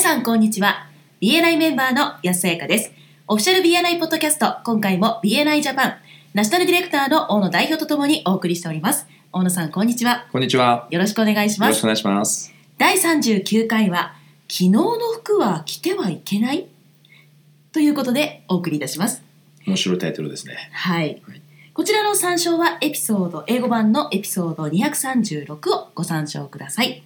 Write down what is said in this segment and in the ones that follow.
さんこんにちは BNI メンバーの安さやかですオフィシャル BNI ポッドキャスト今回も BNI ジャパンナショナルディレクターの大野代表とともにお送りしております大野さんこんにちはこんにちは。よろしくお願いしよまろしくすお願いします。第39回は昨日の服は着てはいけないということでお送りいたします面白いタイトルですね。はい、はいこちらの参照はエピソード英語版のエピソード236をご参照ください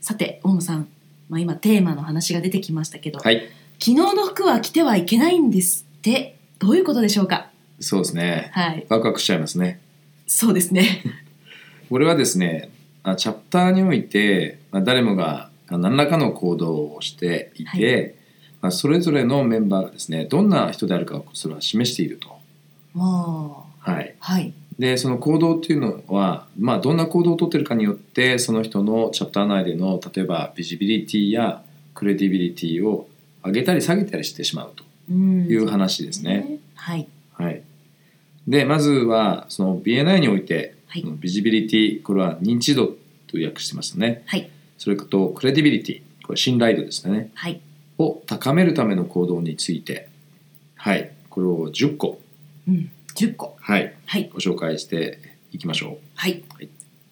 さて大野さん、まあ、今テーマの話が出てきましたけど、はい。昨日の服は着てはいけないんですってどういうことでしょうかそうですね。はいワクワクしちゃいますね。そうです ねこれはですね、あチャプターにおいて、まあ、誰もがあ何らかの行動をしていて、まあ、それぞれのメンバーがですね、どんな人であるかをそれは示していると。もうはい。はいで、その行動っていうのは、まあ、どんな行動をとってるかによって、その人のチャプター内での、例えばビジビリティやクレディビリティを上げたり下げたりしてしまうとうんいう話ですね。はいはい、でまずはその BNI において、はいそのビジビリティこれは認知度と訳してますねはいそれとクレディビリティこれ信頼度ですねはいを高めるための行動についてはいこれを10個うん10個はいはいご紹介していきましょうはい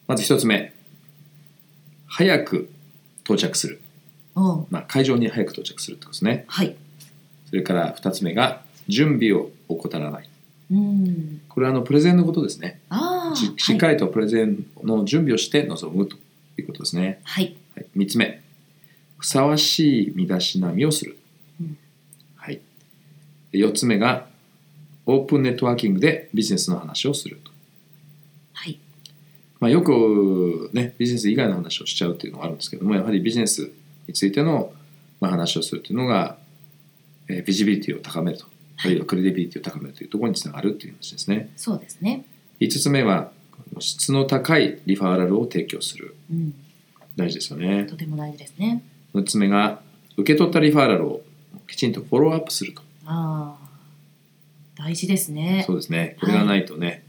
まず1つ目早く到着する、おうまあ、会場に早く到着するってことですねはいそれから2つ目が準備を怠らないうんこれはあのプレゼンのことですねああししっかりとプレゼンの準備をして臨むということですね、はいはい、3つ目ふさわしい身だしなみをする、うんはい、4つ目がオープンネットワーキングでビジネスの話をすると、はいまあ、よく、ね、ビジネス以外の話をしちゃうっていうのがあるんですけどもやはりビジネスについての、まあ、話をするというのが、えービジビリティを高めるとあはるいいはクレディビリティを高めるというところにつながるっていう話ですねそうですね5つ目は質の高いリファーラルを提供するうん大事ですよねとても大事ですね6つ目が受け取ったリファーラルをきちんとフォローアップするとああ大事ですねそうですねこれがないとね、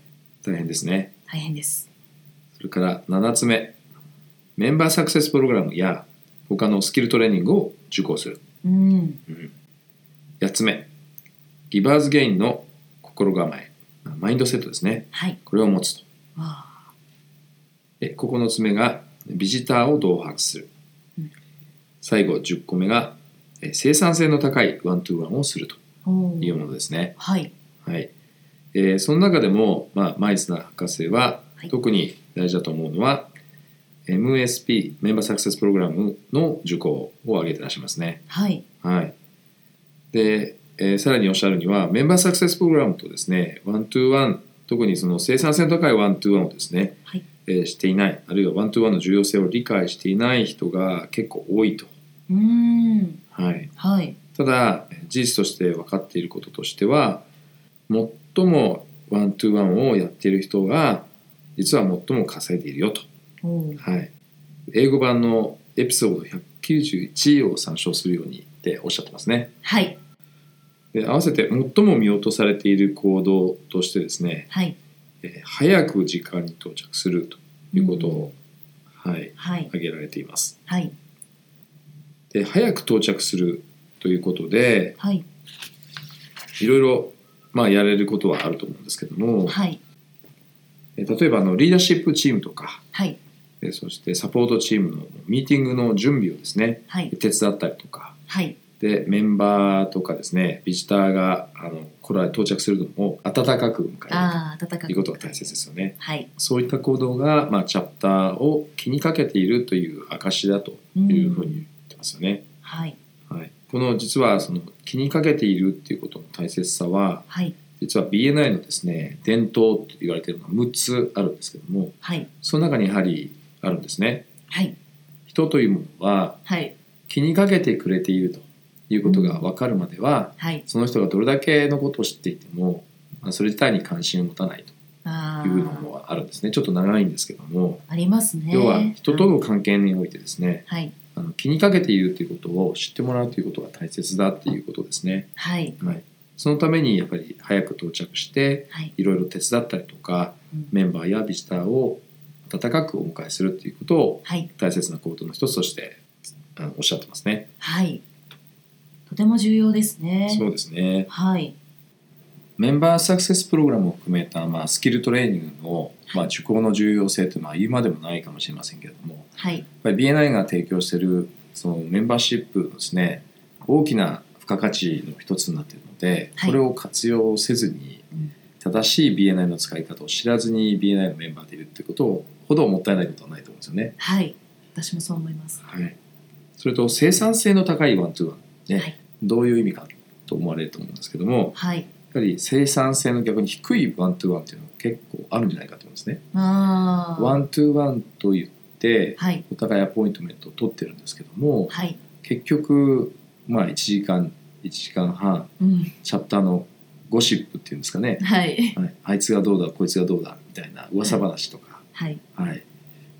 大変ですね大変ですそれから7つ目メンバーサクセスプログラムや他のスキルトレーニングを受講する、うんうん、8つ目ギバーズゲインの心構えマインドセットですねはいこれを持つとわあで9つ目がビジターを同伴する、うん最後10個目がえ生産性の高いワントゥーワンをするとおういうものですね、はいはいえーその中でも、まあ、マイスナー博士ははい特に大事だと思うのは、MSP メンバーサクセスプログラムの受講を挙げてらっしゃいますね、はいはい、で、えーさらにおっしゃるにはメンバーサクセスプログラムとですねワントゥーワン特にその生産性の高いワントゥーワンをですね、はいえーしていないあるいはワントゥーワンの重要性を理解していない人が結構多いと、うーんはい、はいただ事実として分かっていることとしては最もワントゥーワンをやっている人が実は最も稼いでいるよと、おうはい、英語版のエピソード191を参照するようにっておっしゃってますね。はいで合わせて最も見落とされている行動としてですね、はいえー早く時間に到着するということを、はい、はい挙げられています。はいで早く到着するということではいいろいろ、まあ、やれることはあると思うんですけども、はいえー例えばあのリーダーシップチームとかはいえーそしてサポートチームのミーティングの準備をですねはい手伝ったりとかはいでメンバーとかですねビジターがあのこれは到着するのを温かく迎えるああ暖かとくいうことが大切ですよね。はいそういった行動が、まあ、チャプターを気にかけているという証だというふうに言ってますよね。はいはい、この実はその気にかけているっていうことの大切さははい実は BNI のですね伝統と言われているのが6つあるんですけどもはいその中にやはりあるんですね。はい人というものははい気にかけてくれているということが分かるまでは、はいその人がどれだけのことを知っていても、まあ、それ自体に関心を持たないああというのもあるんですねちょっと長いんですけども。ありますね要は人との関係においてですね、はいあの気にかけているということを知ってもらうということが大切だっていうことですね。はいはい、そのためにやっぱり早く到着してはいいろいろ手伝ったりとかうんメンバーやビジターを温かくお迎えするということをはい大切な行動の一つとしてあのおっしゃってますね。はいても重要ですね。そうですねはい。メンバーサクセスプログラムを含めた、まあ、スキルトレーニングの、まあ、受講の重要性って、まあ、言うまでもないかもしれませんけれどもはい。やっぱり BNI が提供しているそのメンバーシップのですね大きな付加価値の一つになっているので、はいこれを活用せずにうん正しい BNI の使い方を知らずに BNI のメンバーでいるってことほどもったいないことはないと思うんですよね。はい。私もそう思います。はい、それと生産性の高いワントゥーワン、ねはいどういう意味かと思われると思うんですけどもはい。やはり生産性の逆に低いワントゥーワンっていうのは結構あるんじゃないかと思うんですね。ああ。ワントゥーワンと言ってはい。お互いアポイントメントを取ってるんですけどもはい。結局まあ1時間1時間半うん。チャプターのゴシップっていうんですかね、はい。はい、あいつがどうだこいつがどうだみたいな噂話とか、はい。はい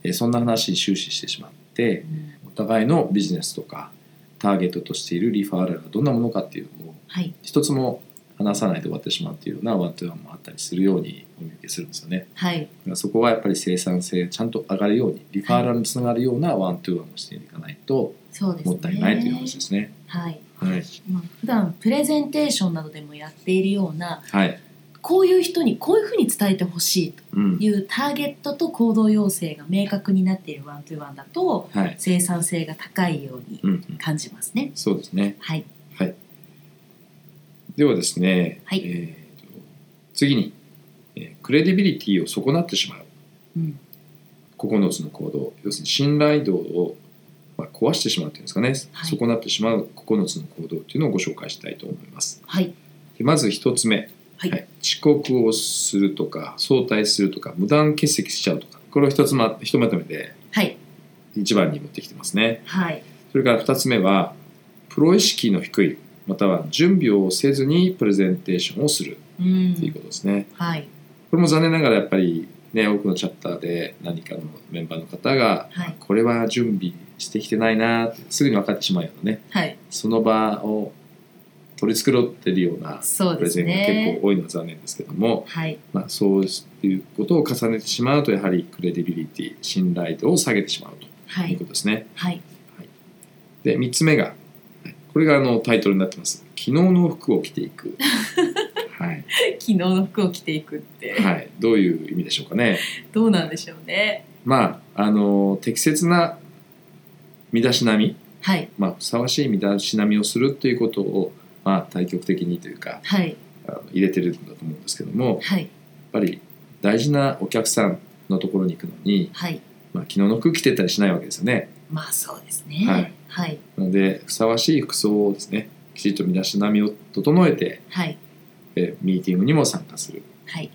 えーそんな話に終始してしまってうんお互いのビジネスとかターゲットとしているリファーラルがどんなものかっていうのをはい。一つも話さないで終わってしまうっていうようなワントゥーワンもあったりするようにお見受けするんですよね。はい。だからそこはやっぱり生産性ちゃんと上がるようにリファーラルにつながるようなワントゥーワンをしていかないとそうですね。もったいないという話ですね。はい。はい、まあ、普段プレゼンテーションなどでもやっているようなはいこういう人にこういうふうに伝えてほしいとうんいうターゲットと行動要請が明確になっているワントゥーワンだとはい生産性が高いようにうんうん、感じますね。そうですねはい。ではですね、はいえーと次に、えークレディビリティを損なってしまううん。 9つの行動要するに信頼度を、まあ、壊してしまうというんですかね、はい損なってしまう9つの行動というのをご紹介したいと思いますはい。でまず1つ目、はい遅刻をするとか早退するとか無断欠席しちゃうとかこれを1つまひとまとめてはい。 1番に持ってきてますねはい。それから2つ目はプロ意識の低いまたは準備をせずにプレゼンテーションをするう。というんことですね、はい。これも残念ながらやっぱりね多くのチャプターで何かのメンバーの方がはい。これは準備してきてないなってすぐに分かってしまうようなねはい。その場を取り繕ってるようなそうプでレすゼンがね結。構多いのは残念ですけども、はい。まあ、そういうことを重ねてしまうとやはりクレディビリティ信頼度を下げてしまうとはいいうこ。とですね。はい。で3つ目がこれがあのタイトルになってます「昨日の服を着てい く」はい、昨日の服を着ていくって、はい、どういう意味でしょうかね。どうなんでしょうね。まあ、あの適切な身だしなみ、はい。まあ、ふさわしい身だしなみをするということを、まあ、対極的にというかはい。あの入れてるんだと思うんですけどもやっはい。ぱり大事なお客さんのところに行くのに、はい。まあ、昨日の服着てたりしないわけですよねまあそうですね。はい。はい。なのでふさわしい服装をですねきちっと身だしなみを整えて、はい。えーミーティングにも参加するはい。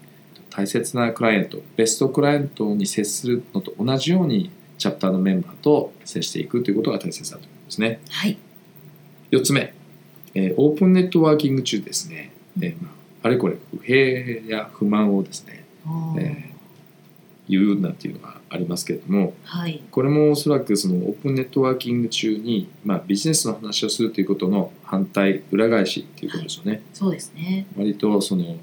大切なクライアントベストクライアントに接するのと同じようにチャプターのメンバーと接していくということが大切だと思いますね。はい。 4つ目、えーオープンネットワーキング中ですね、えーまあ、あれこれ不平や不満をですねおーえ言うなんていうのがありますけれどもはい。これもおそらくそのオープンネットワーキング中に、まあ、ビジネスの話をするということの反対裏返しっていうことですよね。そうですね。割とその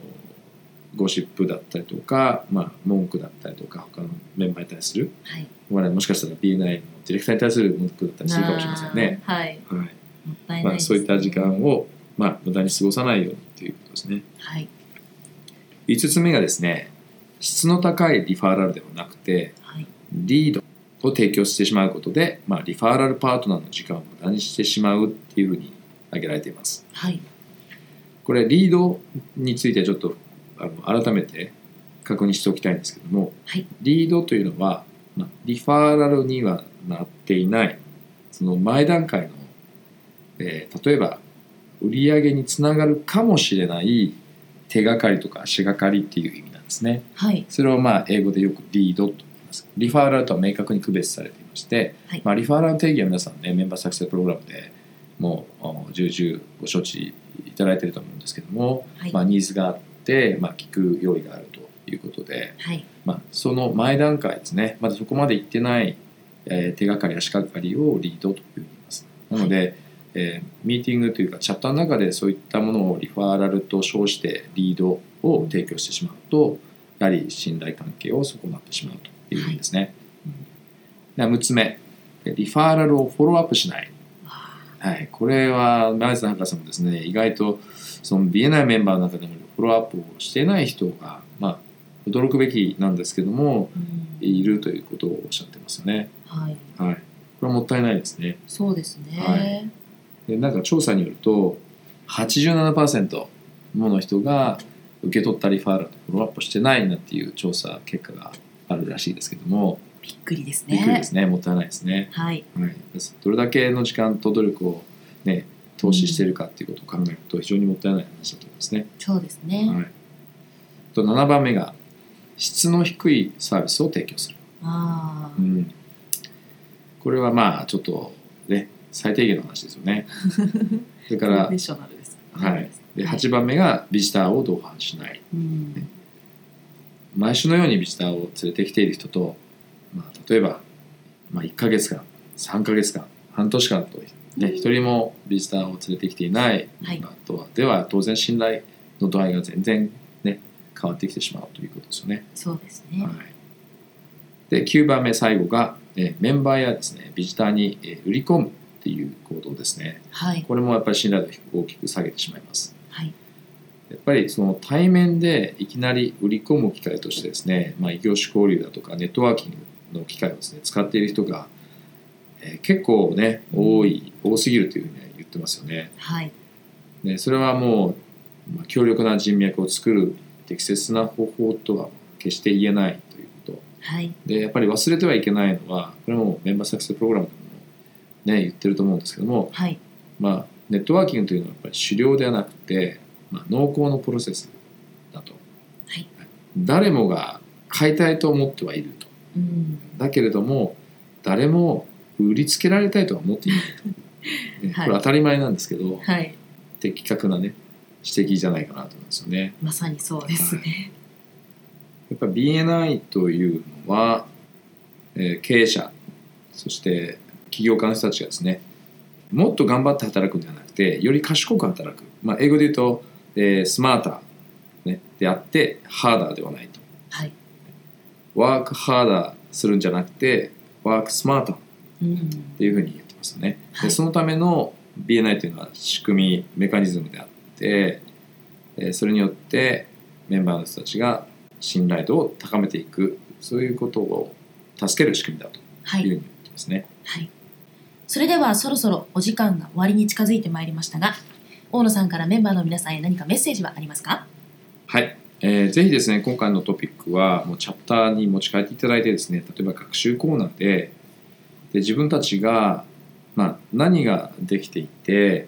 ゴシップだったりとか、まあ、文句だったりとか他のメンバーに対するはい。我々もしかしたら BNI のディレクターに対する文句だったりするかもしれませんね。なあ。はい。はいもったいないまあ、ですそうねいった時間を、まあ、無駄に過ごさないようにということですね。はい。 5つ目がですね質の高いリファーラルではなくてはい。リードを提供してしまうことで、まあ、リファーラルパートナーの時間を無駄にしてしまうっていうふうに挙げられています。はい。これリードについてちょっとあの改めて確認しておきたいんですけども、はいリードというのは、まあ、リファーラルにはなっていないその前段階の、えー例えば売り上げにつながるかもしれない手がかりとか足がかりっていう意味なんですね。はい。それをまあ英語でよくリードと言います。リファーラルとは明確に区別されていまして、はいまあ、リファーラルの定義は皆さんねメンバー作成プログラムでもうお重々ご承知いただいていると思うんですけども、はい。まあ、ニーズがあって、まあ、聞く用意があるということで、はい。まあ、その前段階ですねまだそこまで行ってない、えー手がかり足がかりをリードというふうに言います。なので、えーミーティングというかチャプターの中でそういったものをリファーラルと称してリードを提供してしまうとやはり信頼関係を損なってしまうというふうにですね。うんでは6つ目リファーラルをフォローアップしないわあはい、これはライス博士もですね意外とその BNI メンバーの中でもフォローアップをしていない人が、まあ、驚くべきなんですけどもうんいるということをおっしゃってますよね。はい、はい、これはもったいないですね。そうですね。はいでなんか調査によると87%もの人が受け取ったリファーラルフォローアップしてないなっていう調査結果があるらしいですけどもびっくりですね。びっくりですねもったいないですね、はい、はい、ですどれだけの時間と努力を、ね、投資しているかっていうことを考えると非常にもったいない話だと思いますね、そうですね。はい、と7番目が質の低いサービスを提供する、ああ、うん、これはまあちょっとね最低限の話ですよねそれかプロらフェッショナルです。はい、で8番目がビジターを同伴しないうん、毎週のようにビジターを連れてきている人と、まあ、例えば、まあ、1ヶ月間3ヶ月間半年間と、ね、一人もビジターを連れてきていないはいメンバーとはでは当然信頼の度合いが全然、ね、変わってきてしまうということですよね。そうですね。はい、で9番目最後が、えメンバーやですねビジターに、え売り込むっていう行動ですねはい、これもやっぱり信頼度を大きく下げてしまいます。はい、やっぱりその対面でいきなり売り込む機会としてですね、まあ、異業種交流だとかネットワーキングの機会をですね使っている人が、えー結構ね多い多すぎるというふうに言ってますよね。はい、でそれはもう、まあ、強力な人脈を作る適切な方法とは決して言えないということはい、でやっぱり忘れてはいけないのはこれもメンバーサクセスプログラムでも、ね、言ってると思うんですけども、はい、まあ、ネットワーキングというのはやっぱり狩猟ではなくて、まあ、濃厚のプロセスだと、はい誰もが買いたいと思ってはいるとうん、だけれども誰も売りつけられたいとは思っていない と、ねはいこれ当たり前なんですけど、はい、的確なね指摘じゃないかなと思うんですよね。まさにそうですね。やっぱ BNI というのは、えー経営者そして起業家の人たちがですねもっと頑張って働くんではなくてより賢く働く、まあ、英語で言うと、えースマーター、ね、であってハーダーではないとはい、ワークハーダーするんじゃなくてワークスマーターっうん、ていうふうに言ってますよね、はでいそのための BNI というのは仕組みメカニズムであって、えーそれによってメンバーの人たちが信頼度を高めていくそういうことを助ける仕組みだとはいうふうにい、言ってますね。はい。それではそろそろお時間が終わりに近づいてまいりましたが、大野さんからメンバーの皆さんへ何かメッセージはありますか？はいえーぜひですね今回のトピックはもうチャプターに持ち帰っていただいてですね例えば学習コーナーでで自分たちが、まあ、何ができていて、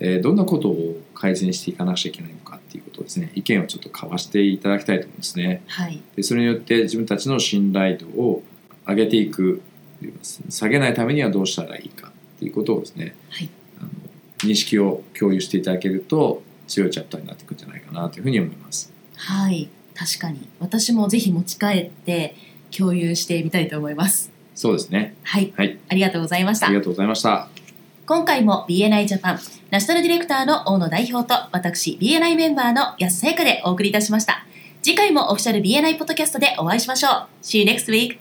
えーどんなことを改善していかなくちゃいけないのかっていうことをですね意見をちょっと交わしていただきたいと思うんですね。はい、でそれによって自分たちの信頼度を上げていくというか下げないためにはどうしたらいいかということをですね、はいあの認識を共有していただけると強いチャプターになっていくんじゃないかなというふうに思います。はい、確かに私もぜひ持ち帰って共有してみたいと思います。そうですね。はい、はい、ありがとうございましたあり。がとうございました。今回も BNI ジャパンナショナルディレクターの大野代表と私 BNI メンバーの安さやかでお送りいたしました次回もオフィシャル BNI ポッドキャストでお会いしましょう See you next week!